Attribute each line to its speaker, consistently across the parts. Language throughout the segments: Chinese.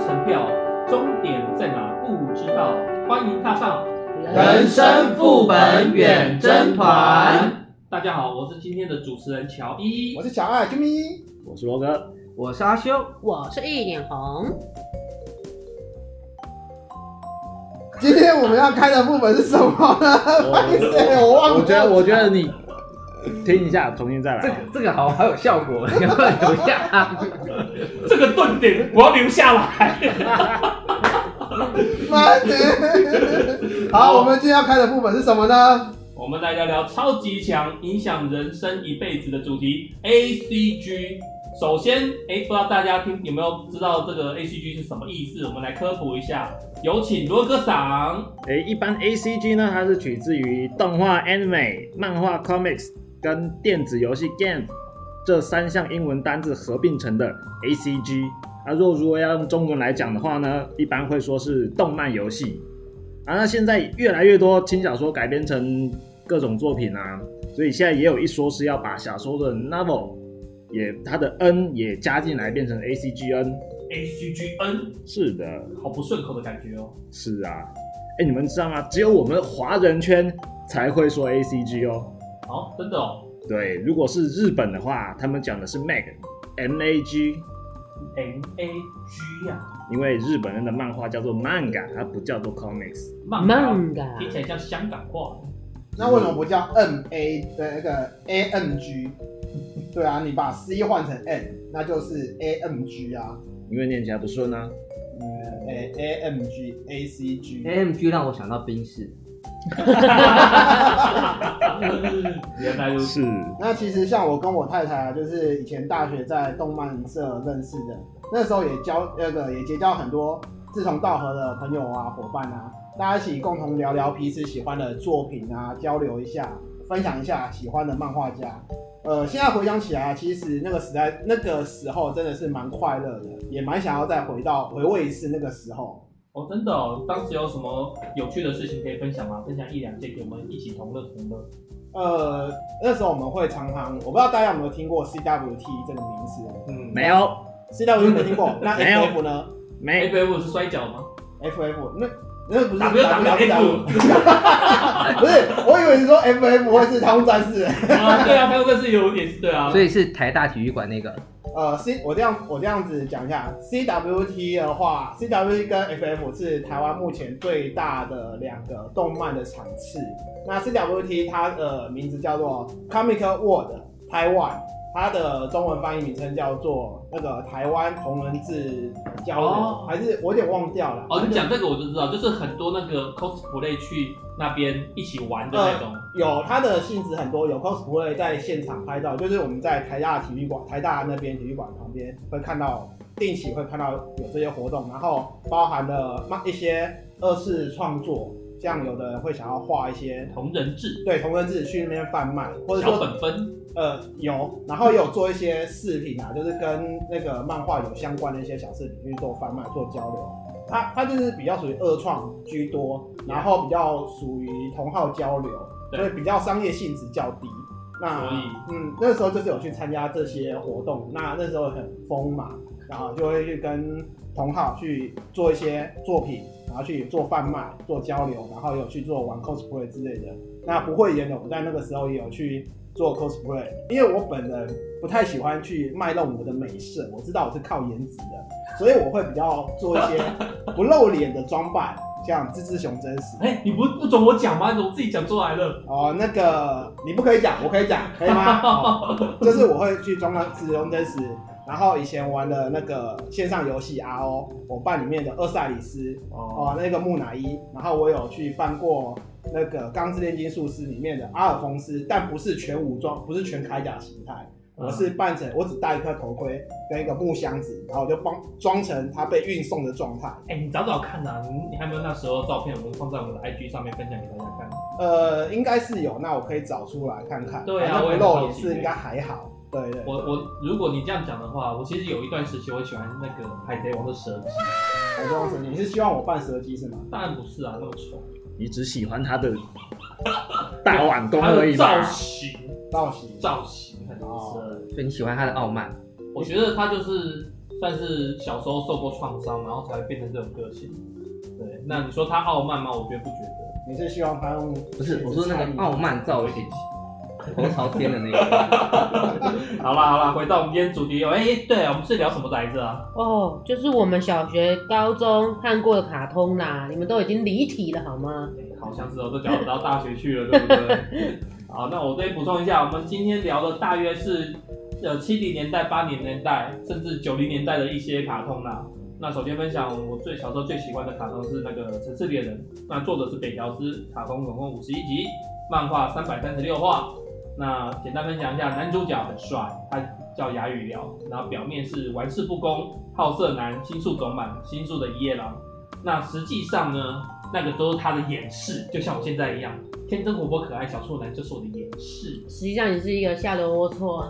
Speaker 1: 成票，终点在哪不知道，欢迎踏上。
Speaker 2: 人生副本远征团，
Speaker 1: 大家好，我是今天的主持人乔伊
Speaker 3: 我。是小爱，啾咪。
Speaker 4: 我是罗哥，
Speaker 2: 我是阿修，
Speaker 5: 我是一脸红，
Speaker 3: 今天我们要开的副本是什么呢？拍谁？我忘了。
Speaker 4: 我觉得我觉得你听一下，重新再来。啊
Speaker 2: 这个这个好好有效果， 你要不要留下？
Speaker 1: 这个顿点我要留下来。
Speaker 3: 妈的。好，我们今天要开的副本是什么呢？
Speaker 1: 我们来聊聊超级强影响人生一辈子的主题 A C G。首先，哎、不知道大家听有没有知道这个 A C G 是什么意思？我们来科普一下。有请罗哥赏。
Speaker 4: 诶、一般 A C G 呢，它是取自于动画 anime、漫画 comics 跟电子游戏 game 这三项英文单字合并成的 A C G。啊，若如果要用中文来讲的话呢，一般会说是动漫游戏。啊，那现在越来越多轻小说改编成各种作品啊，所以现在也有一说是要把小说的 novel 也它的 n 也加进来变成 A C G n。
Speaker 1: A C G N，
Speaker 4: 是的，
Speaker 1: 好不顺口的感觉哦。
Speaker 4: 是啊，哎，你们知道吗？只有我们华人圈才会说 A C G 哦。
Speaker 1: 好、真的哦。
Speaker 4: 对，如果是日本的话，他们讲的是 mag M A G，
Speaker 1: M A G 啊呀、
Speaker 4: 因为日本人的漫画叫做 manga，它不叫做 comics。
Speaker 1: 啊，漫
Speaker 5: 慢的，
Speaker 1: 听起来像香港话。
Speaker 3: 那为什么不叫 M A 的那个 A M G？对啊，你把 C 换成 N，那就是 A M G 啊。
Speaker 4: 因为念起来不顺啊。
Speaker 3: 嗯，A A M G A C G。
Speaker 2: AMG 让我想到冰室，
Speaker 1: 原来如此。
Speaker 4: 是，
Speaker 3: 那其实像我跟我太太啊，就是以前大学在动漫社认识的，那时候也交那个也结交很多志同道合的朋友啊、伙伴啊，大家一起共同聊聊彼此喜欢的作品啊，交流一下，分享一下喜欢的漫画家。呃，现在回想起来，其实那个时代那个时候真的是蛮快乐的，也蛮想要再回到回味一次那个时候。
Speaker 1: 哦，真的哦，当时有什么有趣的事情可以分享吗？分享一两件给我们一起同乐同乐。
Speaker 3: 呃，那时候我们会常常，我不知道大家有没有听过 CWT 这个名词啊
Speaker 1: 嗯
Speaker 4: 没有，
Speaker 3: ，CWT 没听过，那
Speaker 4: 没有
Speaker 3: FF 呢？
Speaker 4: 没
Speaker 1: F F 是摔跤吗？
Speaker 3: F F，那那不是
Speaker 1: W W F
Speaker 3: 不是，我以为是说 F F 会是太空战士。
Speaker 1: 啊，对啊，他这是有点对啊，
Speaker 2: 所以是台大体育馆那个。
Speaker 3: 呃，C 我这样我这样子讲一下，C W T 的话，C W T 跟 F F 是台湾目前最大的两个动漫的场次。那 C W T 它的名字叫做 Comic World Taiwan，它的中文翻译名称叫做那个台湾同人志交流，
Speaker 1: 哦
Speaker 3: 还是我有点忘掉了。
Speaker 1: 哦，你讲这个我就知道，就是很多那个 cosplay 去那边一起玩的那种。
Speaker 3: 有它的性质很多，有 cosplay 在现场拍照，就是我们在台大体育馆、台大那边体育馆旁边会看到，定期会看到有这些活动，然后包含了那一些二次创作，像有的人会想要画一些
Speaker 1: 同人志、
Speaker 3: 对同人志去那边贩卖，嗯或者
Speaker 1: 小
Speaker 3: 说
Speaker 1: 本本，
Speaker 3: 呃有，然后也有做一些饰品啊，就是跟那个漫画有相关的一些小饰品去做贩卖、做交流。它它就是比较属于二创居多，然后比较属于同好交流，
Speaker 1: 对
Speaker 3: 所以比较商业性质较低。那
Speaker 1: 所以
Speaker 3: 嗯，那时候就是有去参加这些活动，那那时候很疯嘛，然后就会去跟同好去做一些作品，然后去做贩卖、做交流，然后有去做玩 cosplay 之类的。那不会演的，我在那个时候也有去做 cosplay，因为我本人不太喜欢去卖弄我的美色，我知道我是靠颜值的，所以我会比较做一些不露脸的装扮，像芝芝熊真实。
Speaker 1: 哎、你不不准我讲吗？你怎么自己讲出来了？
Speaker 3: 哦，那个你不可以讲，我可以讲，可以吗？哦、就是我会去装到《自龙真实》，然后以前玩的那个线上游戏 RO，我扮里面的厄赛里斯，
Speaker 1: 哦，
Speaker 3: 哦，那个木乃伊，然后我有去扮过那个《钢之炼金术师》里面的阿尔冯斯，但不是全武装，不是全铠甲形态，我
Speaker 1: 嗯
Speaker 3: 是扮成我只戴一颗头盔跟一个木箱子，然后我就帮装成他被运送的状态。
Speaker 1: 哎、你找找看呐、你你还没有那时候照片，我们放在我们的 IG 上面分享给大家看。
Speaker 3: 呃，应该是有，那我可以找出来看看。
Speaker 1: 对啊
Speaker 3: 反正
Speaker 1: 我也
Speaker 3: 不露
Speaker 1: 很好
Speaker 3: 脸
Speaker 1: 奇
Speaker 3: 是应该还好。对对
Speaker 1: 我我如果你这样讲的话，我其实有一段时期我喜欢那个海贼王的蛇姬，
Speaker 3: 我这样子，你是希望我扮蛇姬是吗？
Speaker 1: 当然不是啊，那么丑，
Speaker 4: 你只喜欢他的大碗公
Speaker 1: 它
Speaker 4: 而
Speaker 1: 的
Speaker 4: 已
Speaker 1: 造
Speaker 4: 吧？
Speaker 1: 型
Speaker 3: 造型
Speaker 1: 造型很蛇。
Speaker 2: 哦所以你喜欢他的傲慢，
Speaker 1: 我觉得他就是算是小时候受过创伤，然后才变成这种个性。对，那你说他傲慢吗？我觉得不觉得。
Speaker 3: 你是希望他用
Speaker 2: 不是，我说那
Speaker 3: 菜
Speaker 2: 个傲慢造型，头朝天的那个，
Speaker 1: 好啦好啦，回到我们今天主题，哎、对我们是聊什么来着啊？
Speaker 5: 哦，就是我们小学、高中看过的卡通啦，你们都已经离题了好吗？。
Speaker 1: 好像是哦，都聊到大学去了，对不对？好，那我再补充一下，我们今天聊的大约是呃七零年代、八零年代，甚至九零年代的一些卡通啦。那首先分享我最小时候最喜欢的卡通是那个《城市猎人》，那作者是北条司，卡通总共五十一集，漫画三百三十六画。那简单分享一下，男主角很帅，他叫牙语聊，然后表面是玩世不恭、好色男、心术走满、心术的一夜郎。那实际上呢，那个都是他的掩饰，就像我现在一样，天真活泼可爱小处男就是我的掩饰
Speaker 5: 实际上你是一个下流龌龊，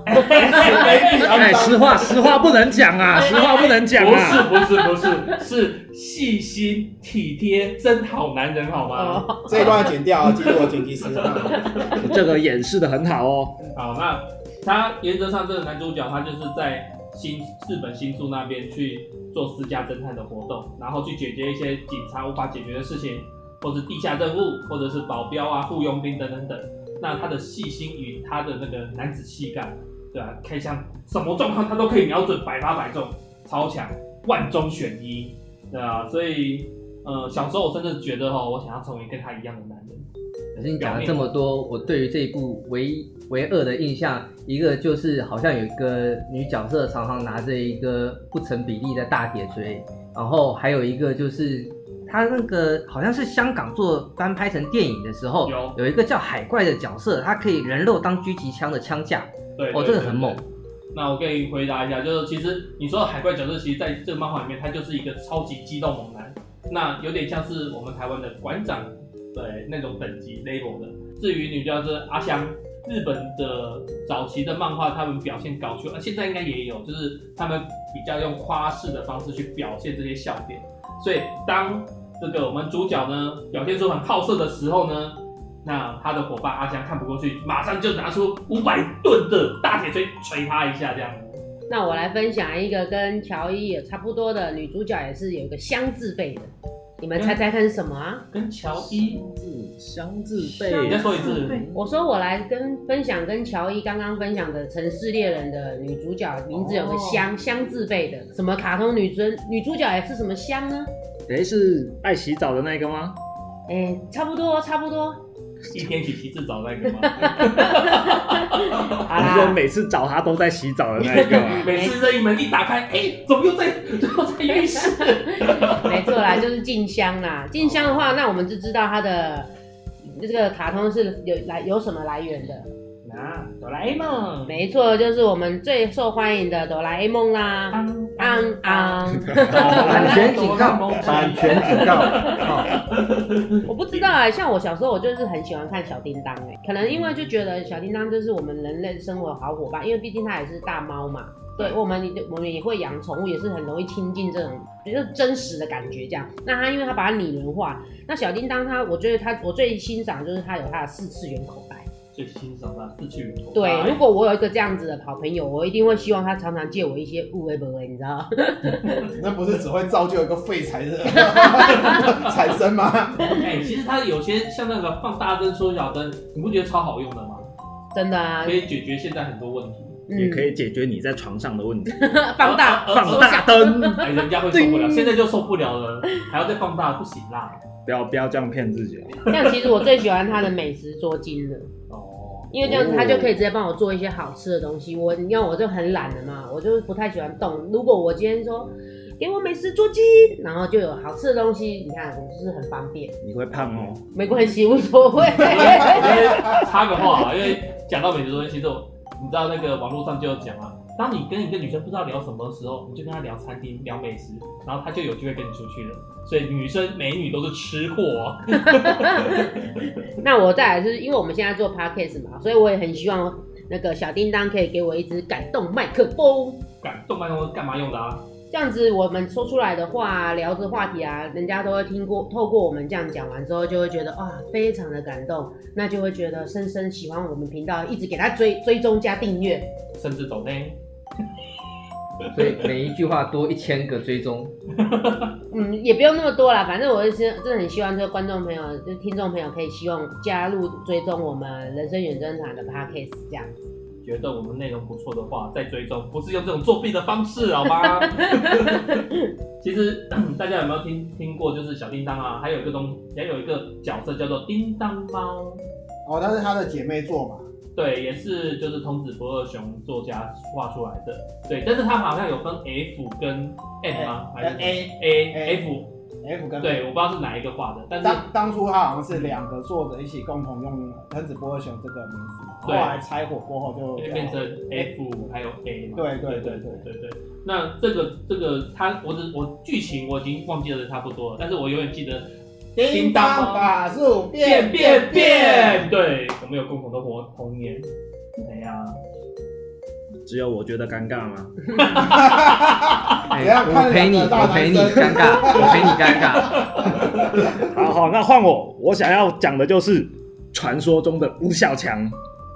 Speaker 4: 哎，实话实话不能讲
Speaker 1: 哎
Speaker 4: 啊，实话不能讲
Speaker 1: 不是
Speaker 4: 啊。
Speaker 1: 不是不是，是细心体贴，真好男人好吗？
Speaker 5: 哦，
Speaker 3: 这一段要剪掉，记录我剪 辑师。啊
Speaker 4: 这个演示的很好哦。
Speaker 1: 好，那他原则上这个男主角他就是在新日本新宿那边去做私家侦探的活动，然后去解决一些警察无法解决的事情，或是地下任务，或者是保镖啊、雇佣兵等等等。那他的细心与他的那个男子气概，对吧、开枪什么状况他都可以瞄准，百发百中，超强，万中选一，对啊，所以呃，小时候我真的觉得哦，我想要成为跟他一样的男人。
Speaker 2: 可是你讲了这么多，我对于这一部唯一唯二的印象，一个就是好像有一个女角色常常拿着一个不成比例的大铁锤，然后还有一个就是。她那个好像是香港做翻拍成电影的时候，
Speaker 1: 有
Speaker 2: 有一个叫海怪的角色，他可以人肉当狙击枪的枪架，
Speaker 1: 对，
Speaker 2: 哦，
Speaker 1: 对
Speaker 2: 这个
Speaker 1: 对
Speaker 2: 很猛。
Speaker 1: 那我可以回答一下，就是其实你说的海怪角色，其实在这个漫画里面，他就是一个超级激动猛男，那有点像是我们台湾的馆长，对那种等级 level 的。至于女教师阿香，日本的早期的漫画，他们表现搞出，呃，现在应该也有，就是他们比较用夸饰的方式去表现这些笑点。所以当这个我们主角呢表现出很好色的时候呢，那他的伙伴阿香看不过去，马上就拿出五百吨的大铁锤锤他一下，这样。
Speaker 5: 那我来分享一个跟乔伊也差不多的女主角，也是有一个香字辈的，你们猜猜看是什么啊？
Speaker 1: 跟乔伊，
Speaker 4: 字相字
Speaker 1: 你再
Speaker 4: 辈，
Speaker 1: 说一次，
Speaker 5: 我说我来跟分享跟乔伊刚刚分享的《城市猎人》的女主角名字有个香、香字辈的，什么卡通女尊女主角也是什么香呢？
Speaker 4: 哎，是爱洗澡的那个吗？
Speaker 5: 哎、差不多差不多，
Speaker 1: 一天洗七次澡那个吗？？
Speaker 5: 好啊
Speaker 4: 你说
Speaker 5: 啦，
Speaker 4: 每次找他都在洗澡的那一个吗
Speaker 1: 每次任意门一打开，哎、怎么又在又在浴室？
Speaker 5: 没错啦，就是静香啦。静香的话，那我们就知道它的这个卡通是有来有什么来源的。
Speaker 1: 啊，哆啦 A 梦，
Speaker 5: 没错，就是我们最受欢迎的哆啦 A 梦
Speaker 1: 嗯
Speaker 5: 啦，昂昂，
Speaker 2: 版权警告，
Speaker 3: 版权警告。 哦
Speaker 5: 我不知道啊、像我小时候，我就是很喜欢看小叮当哎、可能因为就觉得小叮当就是我们人类生活的好伙伴，因为毕竟它也是大猫嘛。对我们，我们也会养宠物，也是很容易亲近这种就是真实的感觉这样。那它因为它把它拟人化，那小叮当它，我觉得它我最欣赏就是它有它的四次元口袋。
Speaker 1: 最欣赏的四去云头。
Speaker 4: 啊
Speaker 5: 对，如果我有一个这样子的好朋友，我一定会希望他常常借我一些物为不为，你知道吗？
Speaker 3: 那不是只会造就一个废材的 产生吗？
Speaker 1: 哎、其实它有些像那个放大灯、缩小灯，你不觉得超好用的吗？
Speaker 5: 真的啊
Speaker 1: 可，以解决现在很多问题。
Speaker 5: 嗯
Speaker 4: 也可以解决你在床上的问题，
Speaker 5: 放大
Speaker 4: 放大灯，
Speaker 1: 哎、人家会受不了，现在就受不了了，还要再放大，不行啦。
Speaker 4: 不要不要这样骗自己啊！
Speaker 5: 但其实我最喜欢他的美食捉金了，
Speaker 1: 哦，
Speaker 5: 因为这样子他就可以直接帮我做一些好吃的东西。我你看我就很懒的嘛，我就不太喜欢动。如果我今天说给我美食捉金，然后就有好吃的东西，你看我就是很方便，
Speaker 4: 你会胖哦。
Speaker 5: 没关系，无所谓。
Speaker 1: 因 为插个话啊，因为讲到美食东西，其实我你知道那个网络上就有讲啊，当你跟一个女生不知道聊什么的时候，你就跟她聊餐厅、聊美食，然后她就有机会跟你出去了。所以女生美女都是吃货哦、
Speaker 5: 那我再来是因为我们现在做 podcast 嘛，所以我也很希望那个小叮当可以给我一支感动麦克风。
Speaker 1: 干动漫都是干嘛用的啊？
Speaker 5: 这样子，我们说出来的话，聊着话题啊，人家都会听过。透过我们这样讲完之后，就会觉得哇，非常的感动，那就会觉得深深喜欢我们频道，一直给他追追踪加订阅。
Speaker 1: 甚至抖内。
Speaker 2: 所以每一句话多一千个追踪。
Speaker 5: 嗯，也不用那么多啦，反正我是真的很希望这个观众朋友、就是听众朋友可以希望加入追踪我们人生远征团的 podcast 这样子。
Speaker 1: 觉得我们内容不错的话，再追踪，不是用这种作弊的方式，好吗？ 其实 大家有没有听听过，就是小叮当啊，还有一个东，还有一个角色叫做叮当猫，
Speaker 3: 哦，但是他的姐妹作嘛，
Speaker 1: 对，也是就是童子不二雄作家画出来的，对，但是他们好像有分 F 跟 M 吗？还
Speaker 3: 跟
Speaker 1: 是
Speaker 3: A
Speaker 1: A
Speaker 3: A
Speaker 1: F？
Speaker 3: F 跟
Speaker 1: 对，我不知道是哪一个画的，但是
Speaker 3: 当当初他好像是两个作者一起共同用藤子不二雄这个名字，后
Speaker 1: 对
Speaker 3: 来拆伙过后就
Speaker 1: 就变成 F 还有 A 嘛。
Speaker 3: 对
Speaker 1: 对
Speaker 3: 对对
Speaker 1: 对对。那这个这个它，我只我剧情我已经忘记的差不多了，但是我永远记得
Speaker 3: 叮当法术
Speaker 1: 变变
Speaker 3: 变变
Speaker 1: 变，
Speaker 3: 变。
Speaker 1: 对我们有共同的活童年。哎呀，
Speaker 4: 只有我觉得尴尬吗？
Speaker 3: 哎等
Speaker 2: 哎
Speaker 3: 一下
Speaker 2: 我
Speaker 3: 看
Speaker 2: 陪你，
Speaker 3: 两个大
Speaker 2: 我陪你
Speaker 3: 男生
Speaker 2: 尴尬，我陪你 尴尬。
Speaker 4: 好好，那换我，我想要讲的就是传说中的吴小强，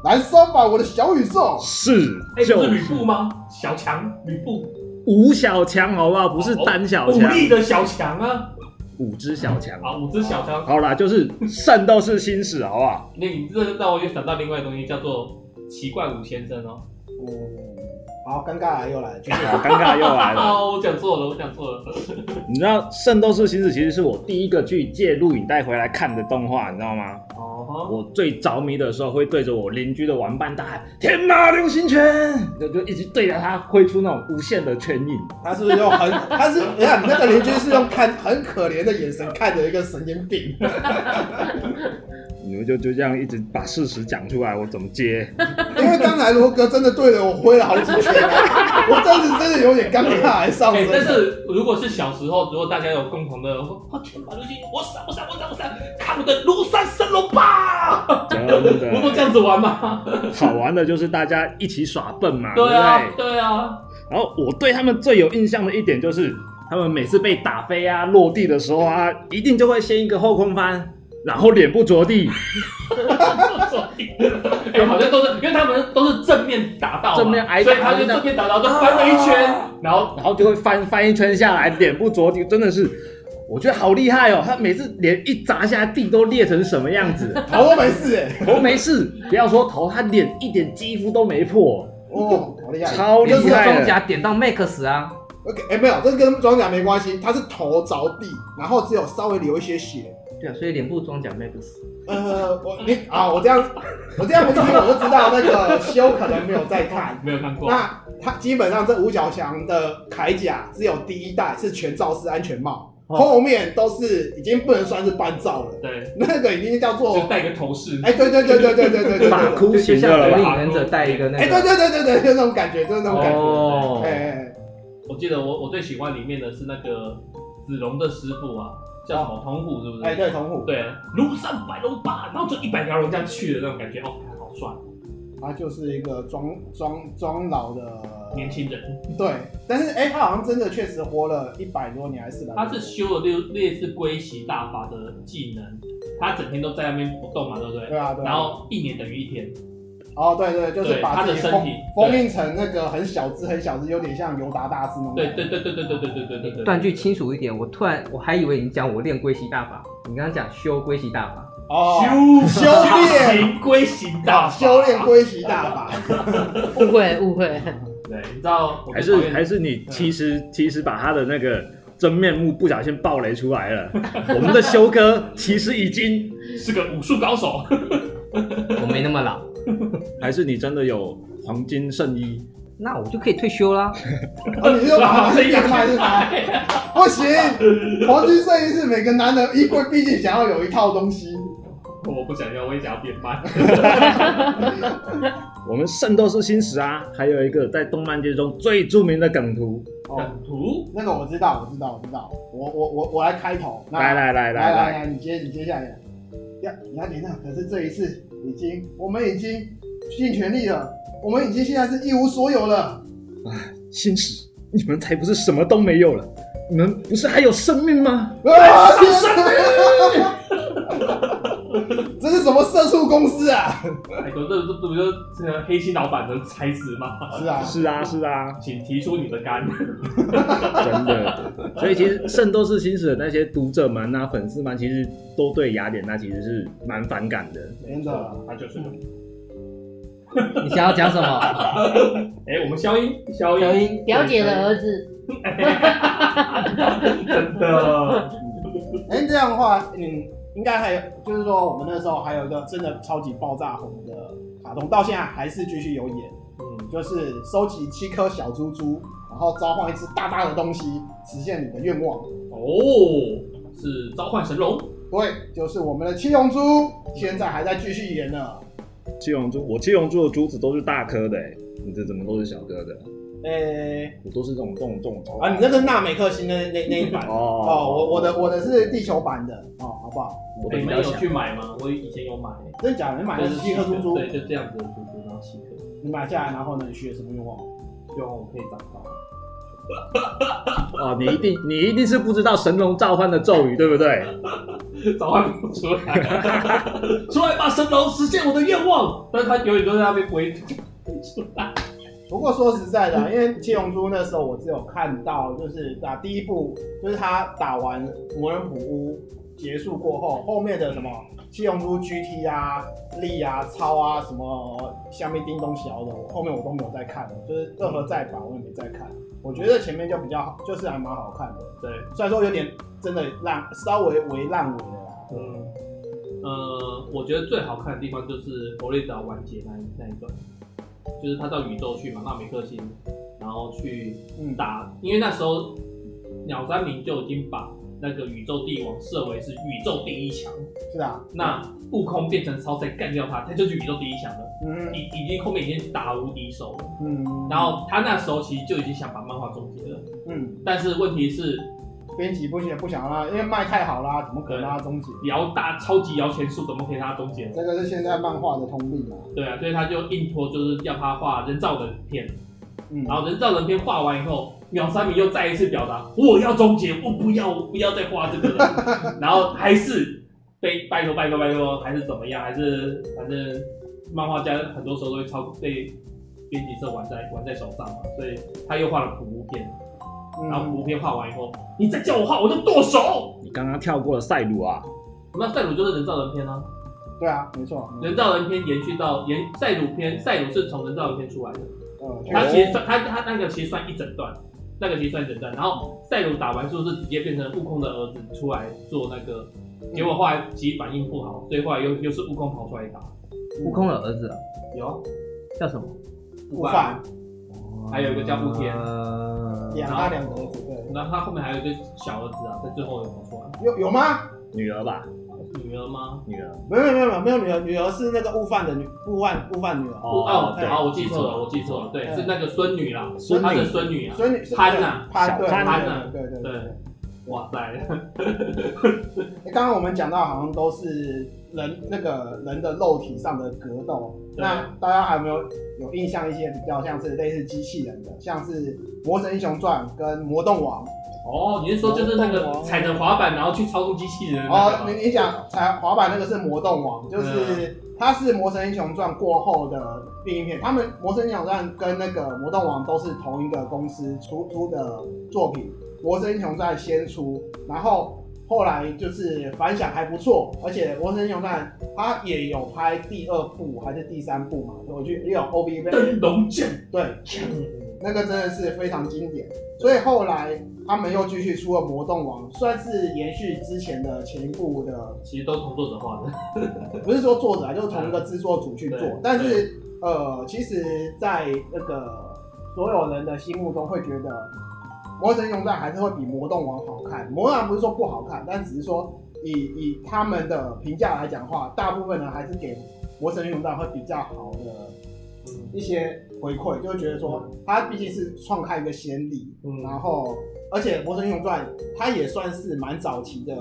Speaker 3: 燃烧吧，我的小宇宙！
Speaker 4: 是
Speaker 1: 哎，
Speaker 4: 就
Speaker 1: 不是吕布吗？小强，吕布，
Speaker 4: 吴小强，好不好？不是单小
Speaker 1: 武
Speaker 4: 强，
Speaker 1: 力的小强啊，
Speaker 4: 五只小强。
Speaker 1: 啊，五只小强。
Speaker 4: 好啦，就是圣斗士星矢，好不好？
Speaker 1: 那你这让我又想到另外一个东西，叫做奇怪五先生哦。
Speaker 3: 嗯，好，尴尬啊又来，就是
Speaker 4: 好尴尬又来了。
Speaker 1: 哦，我讲错了，我讲错了。
Speaker 4: 你知道《圣斗士星矢》其实是我第一个去借录影带回来看的动画，你知道吗？
Speaker 1: 哦，
Speaker 4: 我最着迷的时候，会对着我邻居的玩伴大喊“天马流星拳”，就就一直对着他挥出那种无限的拳印。
Speaker 3: 他是不是用很，他是你看你那个邻居是用看很可怜的眼神看着一个神经病，
Speaker 4: 你们就就这样一直把事实讲出来，我怎么接？
Speaker 3: 因为刚才罗哥真的对着我挥了好几拳啊，我当时真的有点尴尬，还上
Speaker 1: 哎、
Speaker 3: 身。
Speaker 1: 但是如果是小时候，如果大家有共同的，我天马流星，我闪我闪我闪我闪，看我的庐山升龙吧！
Speaker 4: 真
Speaker 1: 不都这
Speaker 4: 的，
Speaker 1: 样子玩吗？
Speaker 4: 好玩的就是大家一起耍笨嘛，对不
Speaker 1: 对啊，
Speaker 4: 对？
Speaker 1: 对啊，
Speaker 4: 然后我对他们最有印象的一点就是，他们每次被打飞啊、落地的时候啊，一定就会先一个后空翻，然后脸不着地，
Speaker 1: 哎、好像都是，因为他们都是正面打到嘛，
Speaker 4: 正面挨打
Speaker 1: 所以他就正面打到，就翻了一圈，
Speaker 4: 啊
Speaker 1: 然后
Speaker 4: 然后就会翻翻一圈下来，脸不着地，真的是。我觉得好厉害哦！他每次脸一砸下地都裂成什么样子，
Speaker 3: 好，我没事哎，
Speaker 4: 头没事，不要说头，他脸一点肌肤都没破，
Speaker 3: 哦，好厉害，
Speaker 4: 超厉
Speaker 3: 这是
Speaker 4: 害
Speaker 2: 装
Speaker 4: 的。
Speaker 2: 甲点到 Max 啊，
Speaker 3: OK，哎、没有，这跟装甲没关系，他是头着地，然后只有稍微流一些血。
Speaker 2: 对啊，所以脸部装甲 Max。
Speaker 3: 呃，我你啊，我这样，我这样一听我就知道那个修可能没有在看。
Speaker 1: 没有看过。
Speaker 3: 那他基本上这五角强的铠甲只有第一代是全罩式安全帽，
Speaker 2: 哦
Speaker 3: 后面都是已经不能算是半罩了，
Speaker 1: 对，
Speaker 3: 那个已经叫做
Speaker 1: 就戴个头饰。
Speaker 3: 哎、对对对对对对对对，
Speaker 4: 发
Speaker 3: 对
Speaker 4: 箍
Speaker 2: 就
Speaker 4: 型
Speaker 2: 就
Speaker 4: 的
Speaker 2: 像
Speaker 4: 了
Speaker 2: 火
Speaker 4: 吧
Speaker 2: 影忍者带一个那
Speaker 3: 哎、对
Speaker 2: 个，
Speaker 3: 对对对对，就那种感觉，就是那种感觉。
Speaker 2: 哦
Speaker 3: 哎、哎
Speaker 1: 我记得我我最喜欢里面的是那个子龙的师傅啊，叫什么童虎是不是？
Speaker 3: 哎，对，童虎，
Speaker 1: 对，啊庐山白龙吧，然后就一百条龙这样去的那种感觉，哦，好帅，
Speaker 3: 他就是一个装装装老的
Speaker 1: 年轻人。
Speaker 3: 对，但是哎、他好像真的确实活了一百多年还是四百。
Speaker 1: 他是修了类类似龟息大法的技能，他整天都在那边不动嘛，对不对？
Speaker 3: 对啊对啊。
Speaker 1: 然后一年等于一天，
Speaker 3: 哦对对，就是
Speaker 1: 对
Speaker 3: 把
Speaker 1: 他
Speaker 3: 自
Speaker 1: 的
Speaker 3: 己
Speaker 1: 身
Speaker 3: 封
Speaker 1: 体
Speaker 3: 封印成那个很小只很小只，有点像尤达大师那种。
Speaker 1: 对对。对对对对对对对对对。
Speaker 2: 断句清楚一点。我突然我还以为你讲我练龟息大法，你刚刚讲修龟息大法，
Speaker 3: 哦，
Speaker 1: 修
Speaker 3: 修炼
Speaker 1: 行龟行大法
Speaker 3: 修炼。龟息大法。
Speaker 5: 误会误会，
Speaker 1: 对，你知道我
Speaker 4: 还
Speaker 1: 最
Speaker 4: 是
Speaker 1: 讨厌
Speaker 4: 还是你其实其实把他的那个真面目不小心暴雷出来了。我们的修哥其实已经，
Speaker 1: 是个武术高手。
Speaker 2: 我没那 么老，
Speaker 4: 还是你真的有黄金圣衣？
Speaker 2: 那我就可以退休 啦。
Speaker 3: 哦，你又把
Speaker 1: 这
Speaker 3: 这样卖是吗？不行，黄金圣衣是每个男人衣柜毕竟想要有一套东西。
Speaker 1: 我不想要，我也想要变慢。
Speaker 4: 我们圣斗士星矢啊，还有一个在动漫界中最著名的梗图，
Speaker 3: 哦，
Speaker 1: 图
Speaker 3: 那个我知道，我知道，我知道。我我我我来开头。那
Speaker 4: 来来来
Speaker 3: 来
Speaker 4: 来
Speaker 3: 来
Speaker 4: 来，
Speaker 3: 来，你接你接下来。呀，雅典娜，可是这一次已经，我们已经尽全力了，我们已经现在是一无所有了。
Speaker 4: 星矢，你们才不是什么都没有了，啊
Speaker 3: 哎
Speaker 4: 你们不是还有生命吗？
Speaker 3: 啊！天
Speaker 1: 生
Speaker 3: 哪 这是什么社畜公司啊？
Speaker 1: 哎，可是这这这不就是这个黑心老板的差事吗？
Speaker 3: 是啊，
Speaker 4: 是啊，是啊，
Speaker 1: 请提出你的肝。
Speaker 4: 真的。所以其实《圣斗士星矢》的那些读者们啊、粉丝们，其实都对雅典娜其实是蛮反感的。
Speaker 3: 真的。
Speaker 1: 他就是。
Speaker 2: 你想要讲什么？
Speaker 1: 哎，我们消音，消
Speaker 2: 小
Speaker 1: 音，
Speaker 2: 英，
Speaker 5: 表姐的儿子，
Speaker 1: 真的，
Speaker 3: 哎、这样的话，嗯，应该还有，就是说我们那时候还有一个真的超级爆炸红的卡通，到现在还是继续有演，
Speaker 1: 嗯，
Speaker 3: 就是收集七颗小猪猪，然后召唤一只大大的东西，实现你的愿望。
Speaker 1: 哦，是召唤神龙，
Speaker 3: 对，就是我们的七龙珠，现在还在继续演呢。
Speaker 4: 七龙珠，我七龙珠的珠子都是大颗的、欸，你这怎么都是小颗的？
Speaker 3: 诶、
Speaker 4: 我都是这种动动头
Speaker 3: 哎啊，你那个纳美克星那那那一版
Speaker 4: 哦
Speaker 3: 哦，我我的我的是地球版的哦，好不好？
Speaker 4: 我的
Speaker 1: 哎你
Speaker 4: 比
Speaker 1: 们
Speaker 4: 较
Speaker 1: 有
Speaker 4: 小
Speaker 1: 去买吗？我以前有买，
Speaker 3: 真的假的？你买的是七颗猪猪，
Speaker 1: 对，就这样子的猪猪，然后七颗，
Speaker 3: 你买下来，然后呢，你许了什么愿望？
Speaker 1: 希望我可以长高。
Speaker 4: 哦，你一定你一定是不知道神龙召唤的咒语对不对？
Speaker 1: 召唤不出来， 出来吧，神龙，实现我的愿望。但是他永远都在那边不会出来。
Speaker 3: 不过说实在的，因为七龙珠那时候我只有看到，就是打第一部，就是他打完魔人普乌结束过后，后面的什么七龙珠 GT 啊、力啊、超啊什么下面叮咚小的，我后面啊我都没有再看了，就是任何再版我也没再看。我觉得前面就比较好，就是还蛮好看的，
Speaker 1: 对，
Speaker 3: 虽然说有点真的烂，稍微为烂尾了啊啦。
Speaker 1: 嗯，呃，我觉得最好看的地方就是弗雷达完结那一那一段，就是他到宇宙去嘛，纳美克星，然后去
Speaker 3: 嗯，
Speaker 1: 打，因为那时候鸟山明就已经把那个宇宙帝王设为是宇宙第一强，
Speaker 3: 是啊，
Speaker 1: 那悟空变成超赛干掉他，他就是宇宙第一强了，
Speaker 3: 嗯
Speaker 1: 已已经后面已经打无敌手了。
Speaker 3: 嗯，
Speaker 1: 然后他那时候其实就已经想把漫画终结了，
Speaker 3: 嗯，
Speaker 1: 但是问题是
Speaker 3: 编辑不行不想让他，因为卖太好啦，怎么可能让它终结？
Speaker 1: 摇大超级摇钱树怎么可以让他终结呢？
Speaker 3: 这个是现在漫画的通病啊。
Speaker 1: 对啊，所以他就硬拖，就是要他画人造人篇。
Speaker 3: 嗯，
Speaker 1: 然后人造人篇画完以后，秒三明又再一次表达我要终结，我不要，我不要再画这个了。 然后还是被拜托拜托拜托，还是怎么样？还是反正漫画家很多时候都会超被编辑社玩在玩在手上嘛，所以他又画了恐怖片。
Speaker 3: 嗯
Speaker 1: 然后恐怖片画完以后，你再叫我画，我就剁手。
Speaker 4: 你刚刚跳过了赛鲁啊，
Speaker 1: 那赛鲁就是人造人篇啊，
Speaker 3: 对啊，没错，
Speaker 1: 人造人篇延续到延赛鲁篇，赛鲁是从人造人篇出来的。
Speaker 3: 呃，确
Speaker 1: 他
Speaker 3: 实
Speaker 1: 其实算他他那个其实算一整段，那个其实算一整段。然后赛鲁打完之后是直接变成悟空的儿子出来做那个，结果后来其实反应不好，所以后来又又是悟空跑出来打。
Speaker 2: 悟空的儿子啊
Speaker 1: 有
Speaker 2: 叫什么？
Speaker 3: 不犯，
Speaker 1: 还有一个叫悟天
Speaker 2: 呃
Speaker 3: 养他两个儿子，对，
Speaker 1: 然后他后面还有一个小儿子啊，在最后有跑出来，
Speaker 3: 有有吗？
Speaker 4: 女儿吧，
Speaker 1: 女儿吗？
Speaker 4: 女儿
Speaker 3: 没有没有没有没有女儿，女儿是那个悟饭的女，悟饭悟饭女儿，
Speaker 1: 哦哦，
Speaker 4: 对
Speaker 1: 好，我记错了，我记错了，对，
Speaker 3: 嗯
Speaker 1: 是那个孙女啦，
Speaker 4: 孙
Speaker 1: 他的
Speaker 4: 女
Speaker 1: 孙女啊。
Speaker 3: 所以你是
Speaker 1: 潘呐
Speaker 3: 潘对
Speaker 4: 小潘
Speaker 1: 呐
Speaker 3: 对对对对
Speaker 1: 对。哇塞，
Speaker 3: 诶刚刚我们讲到好像都是人那个人的肉体上的格斗，
Speaker 1: 对
Speaker 3: 那大家还有没有有印象一些比较像是类似机器人的，像是《魔神英雄传》跟《魔动王》
Speaker 1: 哦，你是说就是那
Speaker 3: 魔动
Speaker 1: 个
Speaker 3: 王
Speaker 1: 踩着滑板然后去操纵机器人的那个啊
Speaker 3: 哦，
Speaker 1: 吗？
Speaker 3: 你你讲才滑板那个是魔动王，就是它是《魔神英雄传》过后的另一片。他们《魔神英雄传》跟那个魔动王都是同一个公司出出的作品，《魔神英雄传》先出，然后后来就是反响还不错，而且《魔神英雄传》它也有拍第二部还是第三部嘛，我去也有 OVA，
Speaker 1: 灯笼剑，
Speaker 3: 对，
Speaker 1: 嗯
Speaker 3: 那个真的是非常经典。所以后来他们又继续出了《魔动王》，算是延续之前的前一部的，
Speaker 1: 其实都同作者画的。
Speaker 3: 不是说作者啊，就是同一个制作组去做
Speaker 1: 对。
Speaker 3: 但是呃，其实，在那个所有人的心目中会觉得《魔神英雄传》还是会比《魔动王》好看。《魔动王》不是说不好看，但只是说以以他们的评价来讲的话，大部分人还是给《魔神英雄传》会比较好的
Speaker 1: 嗯
Speaker 3: 一些回馈，就会觉得说它毕竟是创开一个先例，
Speaker 1: 嗯
Speaker 3: 然后而且《魔神英雄传》它也算是蛮早期的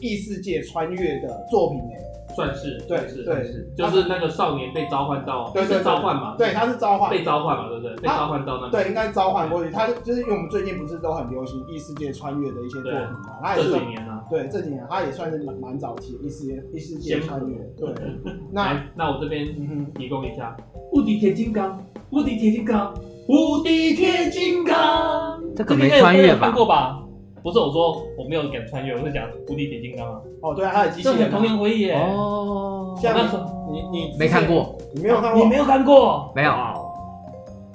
Speaker 3: 异世界穿越的作品哎、
Speaker 1: 算是
Speaker 3: 对
Speaker 1: 算是
Speaker 3: 对
Speaker 1: 算是，就是那个少年被召唤到，
Speaker 3: 对对对
Speaker 1: 是召唤嘛，
Speaker 3: 对，它是召唤，
Speaker 1: 被召唤嘛，对不对？被召唤到那
Speaker 3: 对，应该召唤过去。它就是因为我们最近不是都很流行异世界穿越的一些作品嘛，它也
Speaker 1: 这
Speaker 3: 是
Speaker 1: 几年啊。
Speaker 3: 对这几年它也算是蛮蛮早期的异世界异世界
Speaker 1: 先
Speaker 3: 穿越。对， 那
Speaker 1: 来，那我这边
Speaker 3: 嗯哼，
Speaker 1: 提供一下，无敌铁金刚，无敌铁金刚，无敌铁金刚，
Speaker 2: 这个
Speaker 1: 这个应
Speaker 2: 没
Speaker 1: 该有
Speaker 2: 穿
Speaker 1: 朋
Speaker 2: 越
Speaker 1: 友看
Speaker 2: 吧？
Speaker 1: 过吧？不是我说我没有敢穿越，我是讲无敌铁金刚啊，
Speaker 3: 哦对啊，它有机器
Speaker 1: 这很
Speaker 3: 人
Speaker 1: 童
Speaker 3: 啊，
Speaker 1: 年回忆耶。
Speaker 2: 哦，
Speaker 3: 像
Speaker 1: 那时候
Speaker 3: 你你之前
Speaker 2: 没看，过，
Speaker 3: 你哦没有看
Speaker 1: 你
Speaker 3: 过
Speaker 1: 没，有看过？
Speaker 2: 没有啊
Speaker 4: 哦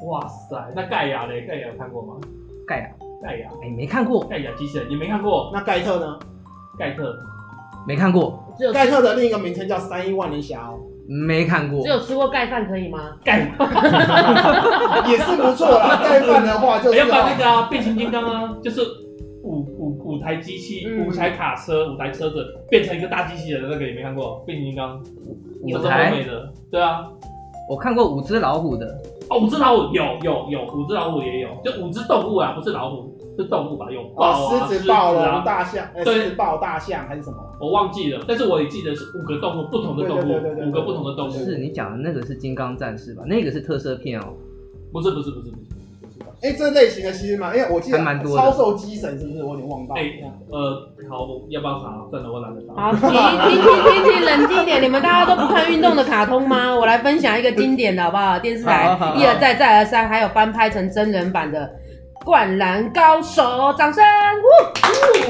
Speaker 1: 哇塞，那盖亚嘞？盖亚有看过吗？
Speaker 2: 盖亚，
Speaker 1: 盖亚，
Speaker 2: 哎，没看过，
Speaker 1: 盖亚机器人你没看过？
Speaker 3: 那盖特呢？
Speaker 1: 盖特，
Speaker 2: 没看过，
Speaker 5: 只有
Speaker 3: 盖特的另一个名称叫三亿万年侠哦，
Speaker 2: 没看过
Speaker 5: 只，有吃过盖饭可以吗？
Speaker 1: 盖
Speaker 3: 也是不错啦。盖饭的话就
Speaker 1: 我
Speaker 3: 是
Speaker 1: 要把那个啊，变形金刚啊，就是五五五台机器、
Speaker 5: 嗯
Speaker 1: 五台卡车、五台车子变成一个大机器人的那个，你没看过？变形金刚，
Speaker 3: 啊
Speaker 2: 舞
Speaker 1: 这是欧
Speaker 2: 台
Speaker 1: 美的，对啊，
Speaker 2: 我看过五只老虎的，
Speaker 1: 哦，五只老虎有有有，五只老虎也有，就五只动物啊，不是老虎，是动物吧？有豹
Speaker 3: 哦
Speaker 1: 啊，
Speaker 3: 狮
Speaker 1: 狮
Speaker 3: 子
Speaker 1: 子
Speaker 3: 暴龙、
Speaker 1: 啊，
Speaker 3: 大象，呃
Speaker 1: 对
Speaker 3: 狮子暴大象还是什么？
Speaker 1: 我忘记了，但是我也记得是五个动物，不同的动
Speaker 3: 对对对对对
Speaker 1: 物，五个不同的动物，
Speaker 2: 是你讲的那个是金刚战士吧？那个是特摄片哦，
Speaker 1: 不是不是不是不是不是，
Speaker 3: 哎，这类型的其实蛮，因为我记得
Speaker 2: 还蛮多的
Speaker 3: 超兽机神是不是？我有点忘到。
Speaker 1: 哎呃，好，我要不要查？算了，我懒得查。
Speaker 5: 好，停停停停停，冷静一点！你们大家都不看运动的卡通吗？我来分享一个经典的好不好？电视台
Speaker 2: 好好好
Speaker 5: 一而再再而三，还有翻拍成真人版的《灌篮高手》，掌声！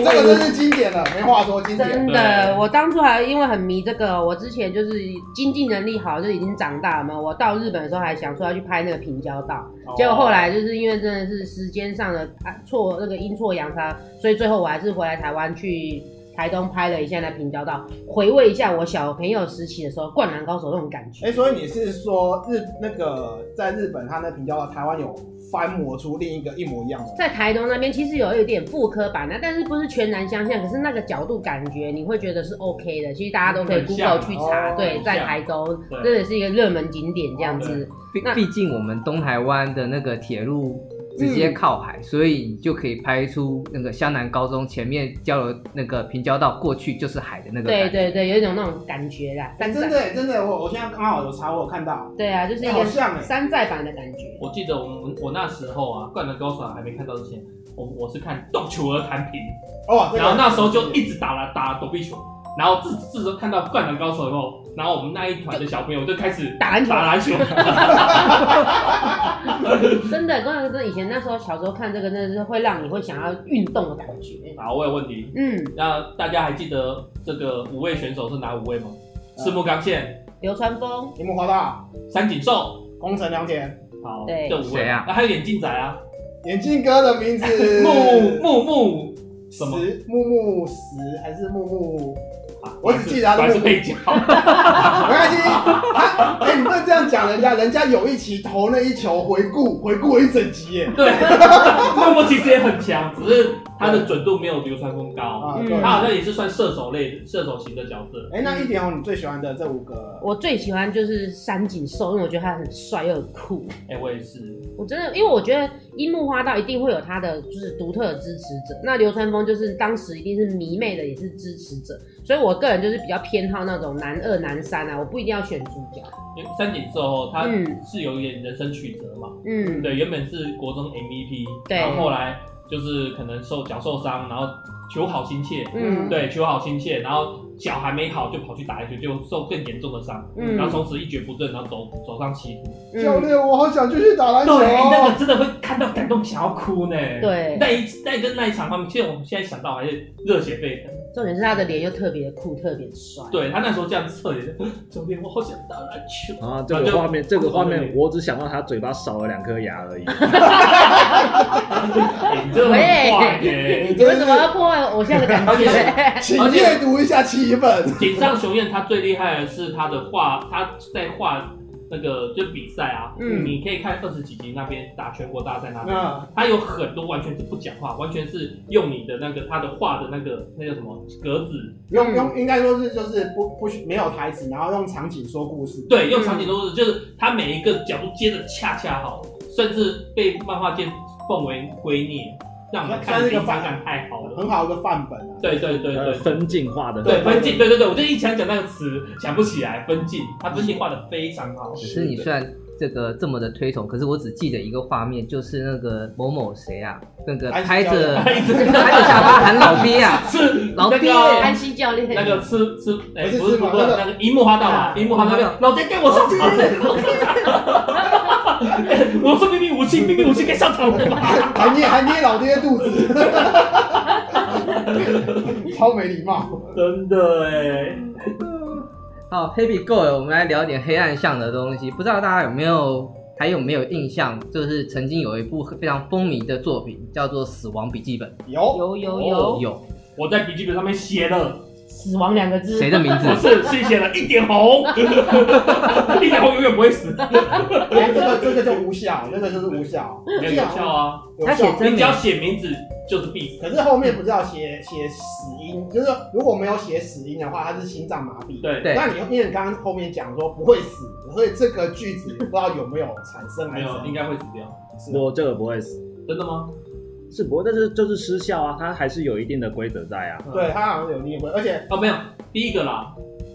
Speaker 3: 这个真是经典了，没话说，经典。
Speaker 5: 真的，我当初还因为很迷这个，我之前就是经济能力好，就已经长大了嘛。我到日本的时候还想说要去拍那个平交道，结果后
Speaker 3: 哦
Speaker 5: 来就是因为真的是时间上的啊错那个阴错阳差，所以最后我还是回来台湾去台东拍了一下那平交道，回味一下我小朋友时期的时候《灌篮高手》那种感觉。
Speaker 3: 哎、所以你是说日那个在日本，他那平交道台湾有翻模出另一个一模一样的吗？
Speaker 5: 在台东那边其实有一点复刻版的，但是不是全然相像，可是那个角度感觉你会觉得是 OK 的。其实大家都可以
Speaker 1: 很像
Speaker 5: Google 去查，
Speaker 3: 哦
Speaker 5: 对，
Speaker 1: 很
Speaker 5: 在
Speaker 1: 像
Speaker 5: 台东
Speaker 1: 对
Speaker 5: 真的是一个热门景点这样子。
Speaker 2: 毕
Speaker 5: 那
Speaker 2: 毕竟我们东台湾的那个铁路直接靠
Speaker 5: 嗯
Speaker 2: 海，所以你就可以拍出那个湘南高中前面交流那个平交道过去就是海的那个
Speaker 5: 对
Speaker 2: 感觉。
Speaker 5: 对对，有一种那种感觉啦，
Speaker 3: 哎、
Speaker 5: 山
Speaker 3: 真
Speaker 5: 寨。
Speaker 3: 的、真的，我我现在刚好有查，我有看到，
Speaker 5: 对啊，就是一
Speaker 3: 哎好
Speaker 5: 个
Speaker 3: 像哎、
Speaker 5: 山寨版的感觉。
Speaker 1: 我记得我们我那时候啊，《灌篮高手》还没看到之前，我我是看动球儿弹平，
Speaker 3: 哦，这个
Speaker 1: 然后那时候就 一直打了打躲避球，然后自自从看到《灌篮高手》以后，然后我们那一团的小朋友就开始
Speaker 5: 打篮球
Speaker 1: 打篮球，
Speaker 5: 真的，真的，真的，以前那时候小时候看这个，真的是会让你会想要运动的感觉。
Speaker 1: 好，我有问题，
Speaker 5: 嗯，
Speaker 1: 那大家还记得这个五位选手是哪五位
Speaker 3: 嗯
Speaker 1: 吗？赤木刚宪、
Speaker 5: 流川枫，
Speaker 3: 樱木花道、
Speaker 1: 三井寿，
Speaker 3: 宫城啊良田、
Speaker 1: 好，
Speaker 5: 对
Speaker 1: 这五位
Speaker 2: 谁啊
Speaker 1: 那还有眼镜仔啊，
Speaker 3: 眼镜哥的名字
Speaker 1: 木木木，什么
Speaker 3: 石木木石还是木木？
Speaker 1: 啊
Speaker 3: 我只记得他是
Speaker 1: 还是配角，
Speaker 3: 没关系，他哎、你不能这样讲人家，人家有一期投那一球回顾回顾了一整集耶。
Speaker 1: 对，木木其实也很强，只是他的准度没有流川枫高。
Speaker 3: 嗯啊，
Speaker 5: 嗯
Speaker 3: 对。
Speaker 1: 他好像也是算射手类、射手型的角色。
Speaker 3: 哎、那一点哦，你最喜欢的这五个，
Speaker 5: 我最喜欢就是山井寿，因为我觉得他很帅又很酷。
Speaker 1: 哎、我也是，
Speaker 5: 我真的，因为我觉得樱木花道一定会有他的就是独特的支持者，那流川枫就是当时一定是迷妹的，也是支持者，所以我个人就是比较偏好那种男二、男三啊，我不一定要选主角。
Speaker 1: 因为三井寿哦，他
Speaker 5: 嗯
Speaker 1: 是有一点人生曲折嘛。
Speaker 5: 嗯，
Speaker 1: 对，原本是国中 MVP，
Speaker 5: 对
Speaker 1: 然后后来就是可能受脚受伤，然后求好心切，
Speaker 5: 嗯
Speaker 1: 对，求好心切，然后脚还没好就跑去打一球，就受更严重的伤，
Speaker 5: 嗯
Speaker 1: 然后从此一蹶不振，然后走走上歧途。
Speaker 3: 教
Speaker 5: 嗯，
Speaker 3: 练，我好想继续打篮球、
Speaker 1: 对，哎那
Speaker 3: 哦。
Speaker 1: 个真的会看到感动，想要哭呢。。
Speaker 5: 对，
Speaker 1: 那一那一个那一场，他们现在我们现在想到还是热血沸腾。
Speaker 5: 重点是他的脸又特别酷，特别帅。
Speaker 1: 对他那时候这样侧脸， 教练，我好想打篮球。
Speaker 4: 啊，这个画面，这个画面，我只想到他嘴巴少了两颗牙而已。
Speaker 1: 哎你真的很坏耶！
Speaker 5: 你为什么要破坏偶像 的感觉？
Speaker 3: 请阅读一下七本。
Speaker 1: 井上雄彦他最厉害的是他的画，他在画那个就比赛啊，
Speaker 5: 嗯
Speaker 1: 你可以看二十几集那边打全国大赛那边，
Speaker 3: 那
Speaker 1: 他有很多完全是不讲话，完全是用你的那个他的画的那个那叫什么格子，
Speaker 3: 用用应该说是就是不不需没有台词，然后用场景说故事。
Speaker 1: 对，用场景都是就是他每一个角度接的恰恰好，甚至被漫画界奉为圭臬。让我们
Speaker 3: 算
Speaker 1: 看
Speaker 3: 是一
Speaker 1: 第
Speaker 3: 个
Speaker 1: 三
Speaker 3: 范
Speaker 1: 感太好了。
Speaker 3: 很好一个范本啊。
Speaker 1: 对对对
Speaker 4: 呃，
Speaker 1: 对
Speaker 4: 分镜化的
Speaker 1: 对分镜，对对对，我就一想讲那个词想不起来，分镜，他分镜画的非常好。
Speaker 2: 只是你虽然这个这么的推崇，可是我只记得一个画面，就是那个某某谁啊，那个
Speaker 3: 安息
Speaker 2: 拍着
Speaker 3: 教
Speaker 1: 练
Speaker 2: 拍着下巴喊 老爹啊，
Speaker 1: 是
Speaker 2: 老
Speaker 1: 那
Speaker 2: 爹
Speaker 1: 个
Speaker 5: 安西教练
Speaker 1: 那个吃吃，哎，
Speaker 3: 不是
Speaker 1: 不是
Speaker 3: 吃
Speaker 1: 不
Speaker 3: 马
Speaker 1: 是
Speaker 3: 那个
Speaker 1: 那个樱木花道嘛，
Speaker 5: 啊
Speaker 1: 樱木花道那个老爹给我上场， 我说明明武器，明明武器该上场了 吧？
Speaker 3: 还捏还捏老爹肚子， 超没礼貌。
Speaker 1: 真的哎，
Speaker 2: 好，Happy Go，了我们来聊点黑暗向的东西。不知道大家有没有还有没有印象？就是曾经有一部非常风靡的作品，叫做《死亡笔记本
Speaker 3: 有
Speaker 5: 有有》。有
Speaker 2: 有
Speaker 1: 我在笔记本上面写了，
Speaker 5: 死亡两个字
Speaker 2: 谁，的名字
Speaker 1: 不？是是写了一点红， 一点红永远不会死，
Speaker 3: 哎，这个这个就无效，那个就是无效，
Speaker 1: 没有有效啊！
Speaker 3: 有
Speaker 2: 他
Speaker 3: 效
Speaker 2: 写。真
Speaker 1: 你只
Speaker 2: 名
Speaker 1: 要，写名字就是必死。
Speaker 3: 可是后面不是要写写死因，就是如果没有写死因的话，他是心脏麻痹。
Speaker 1: 对
Speaker 2: 对
Speaker 3: 那你因为你刚刚后面讲说不会死，所以这个句子不知道有没有产生
Speaker 1: 没
Speaker 3: 还是
Speaker 1: 有，应该会死掉。
Speaker 3: 是
Speaker 4: 我这个不会死，
Speaker 1: 真的吗？
Speaker 4: 是不过但是就是失效啊，它还是有一定的规则在啊。
Speaker 3: 对他好像有例会，而且
Speaker 1: 哦，没有，第一个啦，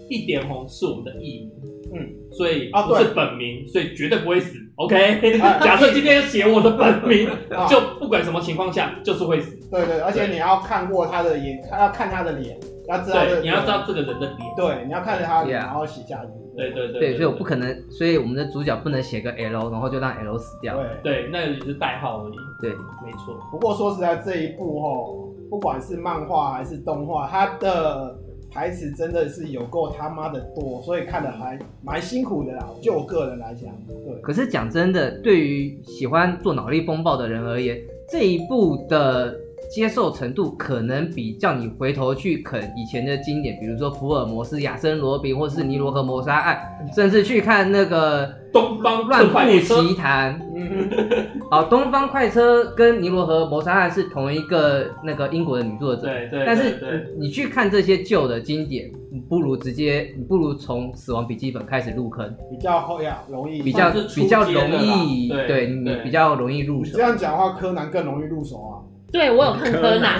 Speaker 1: 一点红是我们的艺名，嗯，所以
Speaker 3: 啊
Speaker 1: 不
Speaker 3: 对
Speaker 1: 是本名，所以绝对不会死。OK，
Speaker 3: 啊
Speaker 1: 假设今天写我的本名，
Speaker 3: 啊
Speaker 1: 就不管什么情况下就是会死。
Speaker 3: 对对，而且你要看过他的眼，要看他的脸，要知道这
Speaker 1: 对，
Speaker 3: 个
Speaker 1: 你要知道，这个人的脸。
Speaker 3: 对，你要看着他的脸，
Speaker 2: Yeah
Speaker 3: 然后写下去。
Speaker 1: 对对 对
Speaker 2: 对，所以我不可能，所以我们的主角不能写个 L，然后就让 L 死掉。
Speaker 3: 对。
Speaker 1: 对，那个只是代号而已。
Speaker 2: 对，
Speaker 1: 没错。
Speaker 3: 不过说实在，这一部吼，不管是漫画还是动画，它的台词真的是有够他妈的多，所以看的还蛮辛苦的啦。就我个人来讲，对，
Speaker 2: 可是讲真的，对于喜欢做脑力风暴的人而言，这一部的接受程度可能比叫你回头去啃以前的经典，比如说福尔摩斯、亚森罗宾，或是尼罗河谋杀案，甚至去看那个
Speaker 1: 东方
Speaker 2: 《乱
Speaker 1: 特快列
Speaker 2: 步
Speaker 1: 车
Speaker 2: 奇谭》。
Speaker 3: 嗯哼，
Speaker 2: 好，《东方快车》跟《尼罗河谋杀案》是同一个那个英国的女作者，
Speaker 1: 对对，
Speaker 2: 但
Speaker 1: 对对
Speaker 2: 是你你去看这些旧的经典，你不如直接，你不如从《死亡笔记本》开始入坑。
Speaker 3: 比较后呀，容易
Speaker 2: 比较
Speaker 1: 算是
Speaker 2: 比较
Speaker 1: 初阶的啦
Speaker 2: 容易，
Speaker 1: 对
Speaker 2: 对你
Speaker 1: 对
Speaker 2: 比较容易入
Speaker 3: 你
Speaker 2: 手
Speaker 3: 这。样讲的话，柯南更容易入手啊。
Speaker 5: 对我有看柯南，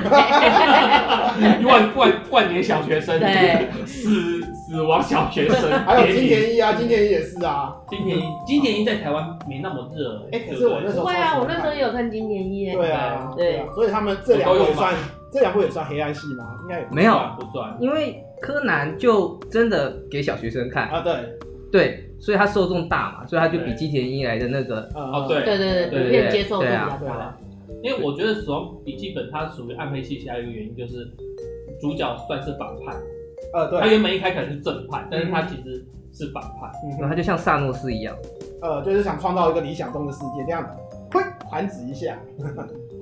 Speaker 1: 万万万年小学生，
Speaker 5: 对，
Speaker 1: 死死亡小学生，
Speaker 3: 还有
Speaker 1: 别
Speaker 3: 金
Speaker 1: 名
Speaker 3: 田一啊，金田一也是啊。
Speaker 1: 金田一，金田一在台湾没那么热、对
Speaker 3: 哎可
Speaker 1: 不
Speaker 3: 是
Speaker 1: 对
Speaker 3: 我那时 候
Speaker 5: 对啊，我那时候也有看金田一，
Speaker 3: 对啊，
Speaker 5: 对
Speaker 3: 对啊，所以他们这两
Speaker 1: 我
Speaker 3: 部
Speaker 1: 都
Speaker 3: 也
Speaker 1: 有买
Speaker 3: 算，这两部也算黑暗系吗？应该有
Speaker 2: 没有，
Speaker 1: 不算，
Speaker 2: 因为柯南就真的给小学生看，
Speaker 3: 啊，对，
Speaker 2: 对，所以他受众大嘛，所以他就比
Speaker 1: 对
Speaker 2: 金田一来的那个，
Speaker 1: 哦
Speaker 3: 啊
Speaker 1: 对
Speaker 5: 对对对，普遍接受度比较
Speaker 3: 对啊
Speaker 5: 高。，
Speaker 1: 因为我觉得《死亡笔记本》它属于暗黑系，其他一个原因就是主角算是反派，
Speaker 3: 呃
Speaker 1: 他
Speaker 3: 对，
Speaker 1: 原本一开始可能是正派，但是他其实是反派。
Speaker 3: 嗯
Speaker 2: 然后
Speaker 3: 哼
Speaker 2: 他就像萨诺斯一样，
Speaker 3: 呃，就是想创造一个理想中的世界，这样，挥弹指一下，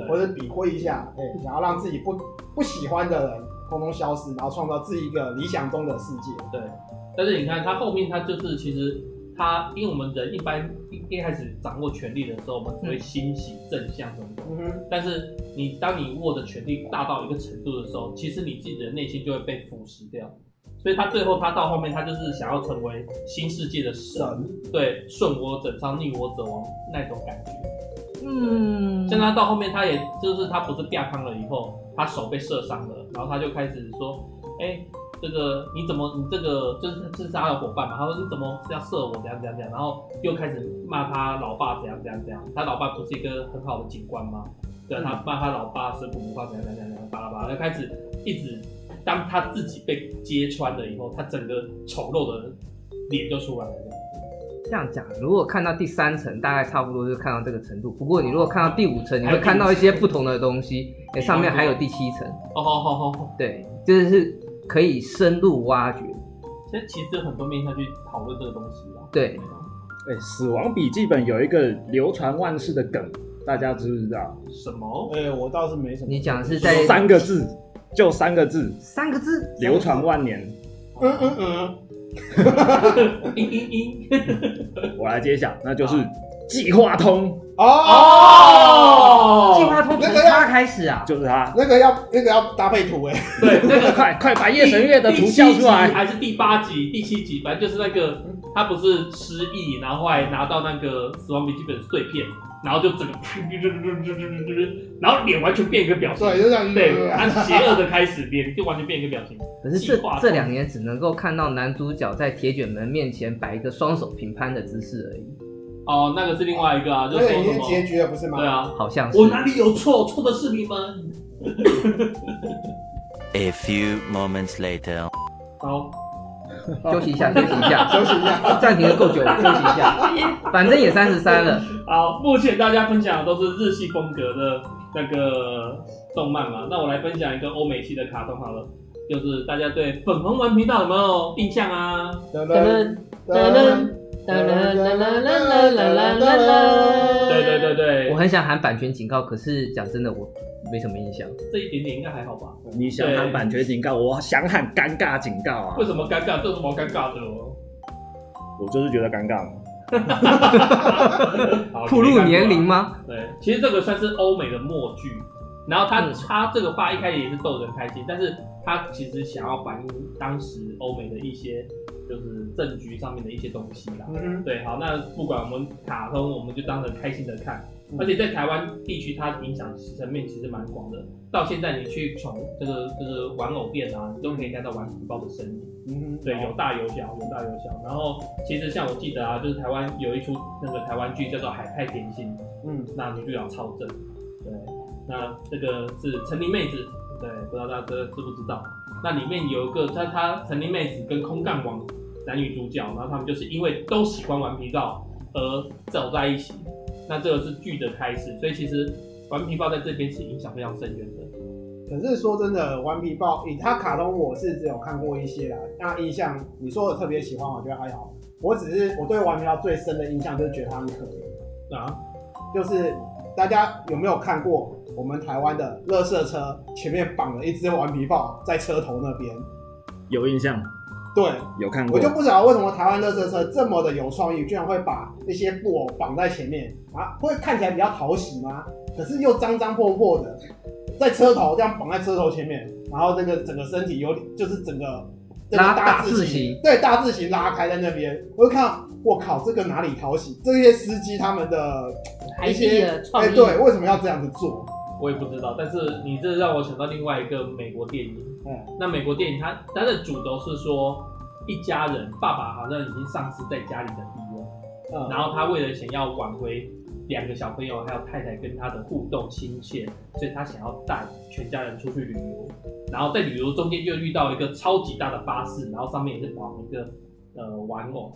Speaker 3: 或者比挥一下，对，
Speaker 1: 嗯
Speaker 3: 然后让自己不不喜欢的人通通消失，然后创造自己一个理想中的世界。
Speaker 1: 对，但是你看他后面，他就是其实他，因为我们人一般一一开始掌握权力的时候，我们只会欣喜、正向种种。
Speaker 3: 嗯哼，
Speaker 1: 但是你当你握的权力大到一个程度的时候，其实你自己的内心就会被腐蚀掉。所以他最后他到后面，他就是想要成为新世界的神，
Speaker 3: 神，
Speaker 1: 对，顺我者昌，逆我者亡那种感觉。
Speaker 2: 嗯，
Speaker 1: 像他到后面，他也就是他不是掉康了以后，他手被射伤了，然后他就开始说，哎、这个你怎么你这个就是这是他的伙伴嘛？他说你怎么是要射我怎样怎样怎样，然后又开始骂他老爸怎样怎样怎样，他老爸不是一个很好的警官吗？对啊，他骂他老爸是古无法怎样怎样怎样，巴拉巴拉，就开始一直当他自己被揭穿了以后，他整个丑陋的脸就出来了。
Speaker 2: 这样讲，如果看到第三层，大概差不多就看到这个程度。不过你如果看到第五层，你
Speaker 1: 还有
Speaker 2: 会看到一些
Speaker 1: 第五层
Speaker 2: 不同的东西，哎，上面还有第七层，
Speaker 1: 哦好好好好，
Speaker 2: 对，这是可以深入挖掘。
Speaker 1: 其实其实有很多面向去讨论这个东西啊啦。
Speaker 2: 对，
Speaker 4: 哎，《死亡笔记本》有一个流传万世的梗，大家知不知道？
Speaker 1: 什么？
Speaker 3: 哎、我倒是没什么。
Speaker 2: 你讲的是在
Speaker 4: 三个字，就三个字，
Speaker 2: 三个字，
Speaker 4: 流传万年。
Speaker 3: 嗯嗯嗯，
Speaker 1: 嘤嘤嘤。
Speaker 4: 我来揭晓，那就是计划通，
Speaker 3: 哦，
Speaker 1: 哦，
Speaker 2: 计划通从
Speaker 3: 那个要
Speaker 2: 他开始啊，
Speaker 4: 就是它。
Speaker 3: 那个要那个要搭配图哎、
Speaker 1: 对，那个
Speaker 4: 快快把夜神月的图叫出
Speaker 1: 第七集
Speaker 4: 来！
Speaker 1: 还是第八集、第七集，反正就是那个他不是失忆，然后后来拿到那个死亡笔记本碎片，然后就整个然后脸完全变一个表情，
Speaker 3: 对，就这样。
Speaker 1: 对，他邪恶的开始，脸就完全变一个表情。
Speaker 2: 可是
Speaker 1: 计
Speaker 2: 这
Speaker 1: 划
Speaker 2: 这两年只能够看到男主角在铁卷门面前摆一个双手平攀的姿势而已，
Speaker 1: 哦，那个是另外一个啊，就
Speaker 3: 那
Speaker 1: 说
Speaker 3: 个已
Speaker 1: 什
Speaker 3: 经
Speaker 1: 么？
Speaker 3: 结局了，不是吗？
Speaker 1: 对啊，
Speaker 2: 好像是。
Speaker 1: 我哪里有错？错的是你们。
Speaker 6: A few moments later.
Speaker 1: 好，
Speaker 2: 休息一下，休息一下，
Speaker 3: 休息 一下，
Speaker 2: 暂停的够久了，休息一下。反正也三十三了，
Speaker 1: 好，目前大家分享的都是日系风格的那个动漫嘛，那我来分享一个欧美系的卡通好了，就是大家对粉红丸频道有没有印象啊？
Speaker 3: 噔
Speaker 5: 噔噔噔噔噔噔噔噔噔噔噔，
Speaker 2: 啊
Speaker 1: 对对对，对，
Speaker 2: 我很想喊版权警告，可是讲真的，我没什么印象。
Speaker 1: 这一点点应该还好吧？
Speaker 4: 你想喊版权警告，我想喊尴尬警告啊！
Speaker 1: 为什么尴尬？这有什么好尴尬的 哦？
Speaker 4: 我就是觉得尴尬嘛。
Speaker 1: 好
Speaker 2: 暴露年龄？吗？
Speaker 1: 啊对，其实这个算是欧美的默剧，然后他、
Speaker 2: 嗯
Speaker 1: 他这个话一开始也是逗人开心，但是他其实想要反映当时欧美的一些就是政局上面的一些东西啦。
Speaker 3: 嗯
Speaker 1: 对，好，那不管我们卡通，我们就当成开心的看。
Speaker 3: 嗯
Speaker 1: 而且在台湾地区，它影响层面其实蛮广的。到现在，你去宠这个这个玩偶店啊，你都可以看到顽皮包的身影。
Speaker 3: 嗯，
Speaker 1: 对，有大有小，有大有小。然后其实像我记得啊，就是台湾有一出那个台湾剧叫做《海派甜心》，
Speaker 3: 嗯，
Speaker 1: 那女主角超正。对，那这个是陈琳妹子，对，不知道大家知不知道？那里面有一个，她她陈琳妹子跟空干王男女主角，然后他们就是因为都喜欢顽皮豹而走在一起。那这个是剧的开始，所以其实顽皮豹在这边是影响非常深远的。
Speaker 3: 可是说真的，《顽皮豹》以它卡通我是只有看过一些啦，那印象你说我特别喜欢，我觉得还好。我只是我对《顽皮豹》最深的印象就是觉得它很可怜，
Speaker 1: 啊，
Speaker 3: 就是大家有没有看过我们台湾的乐色车前面绑了一只顽皮豹在车头那边？
Speaker 4: 有印象，
Speaker 3: 对，
Speaker 4: 有看
Speaker 3: 我
Speaker 4: 过
Speaker 3: 就。不晓得为什么台湾乐色车这么的有创意，居然会把那些布偶绑在前面啊，会看起来比较讨喜吗？可是又脏脏破破的，在车头这样绑在车头前面，然后这个整个身体有点就是整个这个
Speaker 2: 拉
Speaker 3: 大
Speaker 2: 大
Speaker 3: 字
Speaker 2: 字形
Speaker 3: 对大字形拉开在那边，我就看到我靠，这个哪里讨喜？这些司机他们的
Speaker 5: 还
Speaker 3: 一
Speaker 5: 记
Speaker 3: 些
Speaker 5: 得
Speaker 3: 哎、
Speaker 5: 创意，
Speaker 3: 对，为什么要这样子做？
Speaker 1: 我也不知道，但是你这让我想到另外一个美国电影。
Speaker 3: 嗯，
Speaker 1: 那美国电影它它的主轴是说，一家人爸爸好像已经丧失在家里的地位，
Speaker 3: 嗯
Speaker 1: 然后他为了想要挽回两个小朋友还有太太跟他的互动亲切，所以他想要带全家人出去旅游，然后在旅游中间就遇到一个超级大的巴士，然后上面也是绑一个呃玩偶，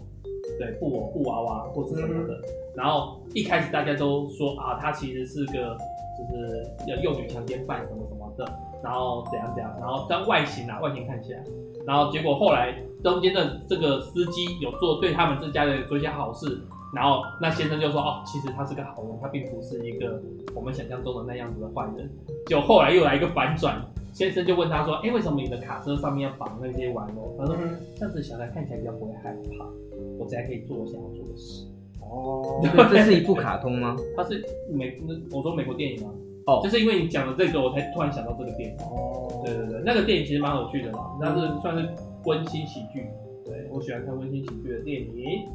Speaker 1: 对布偶布娃娃或是什么的，然后一开始大家都说啊，他其实是个就是呃幼女强奸犯什么什么的，然后怎样怎样，然后但外形啊外形看起来，然后结果后来中间的这个司机有做对他们这家人做一些好事，然后那先生就说哦，其实他是个好人，他并不是一个我们想象中的那样子的坏人。就后来又来一个反转，先生就问他说，哎，为什么你的卡车上面要绑那些玩偶？他说
Speaker 3: 嗯
Speaker 1: 这样子小孩看起来比较不会害怕，我才可以做我想要做的事。
Speaker 3: 哦，
Speaker 2: 所以这是一部卡通吗？
Speaker 1: 它是美，那我说美国电影啊，
Speaker 2: 哦
Speaker 1: 就是因为你讲了这个，我才突然想到这个电影。
Speaker 3: 哦
Speaker 1: 对对对，那个电影其实蛮有趣的啦，它是算是温馨喜剧，对我喜欢看温馨喜剧的电影。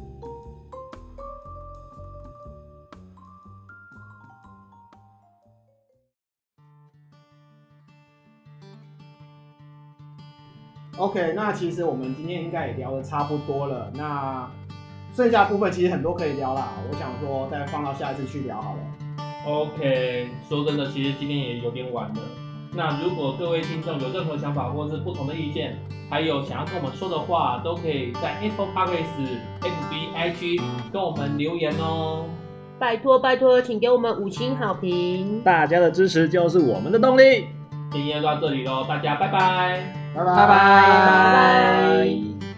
Speaker 3: OK，那其实我们今天应该也聊的差不多了，那剩下部分其实很多可以聊啦，我想说再放到下一次去聊好了。
Speaker 1: OK，说真的，其实今天也有点晚了。那如果各位听众有任何想法或是不同的意见，还有想要跟我们说的话，都可以在 Apple Podcasts、FB、IG 跟我们留言哦。
Speaker 5: 拜托拜托，请给我们五星好评，
Speaker 4: 大家的支持就是我们的动力。
Speaker 1: 今天就到这里喽，大家拜拜。
Speaker 3: 拜拜
Speaker 2: 拜
Speaker 5: 拜拜。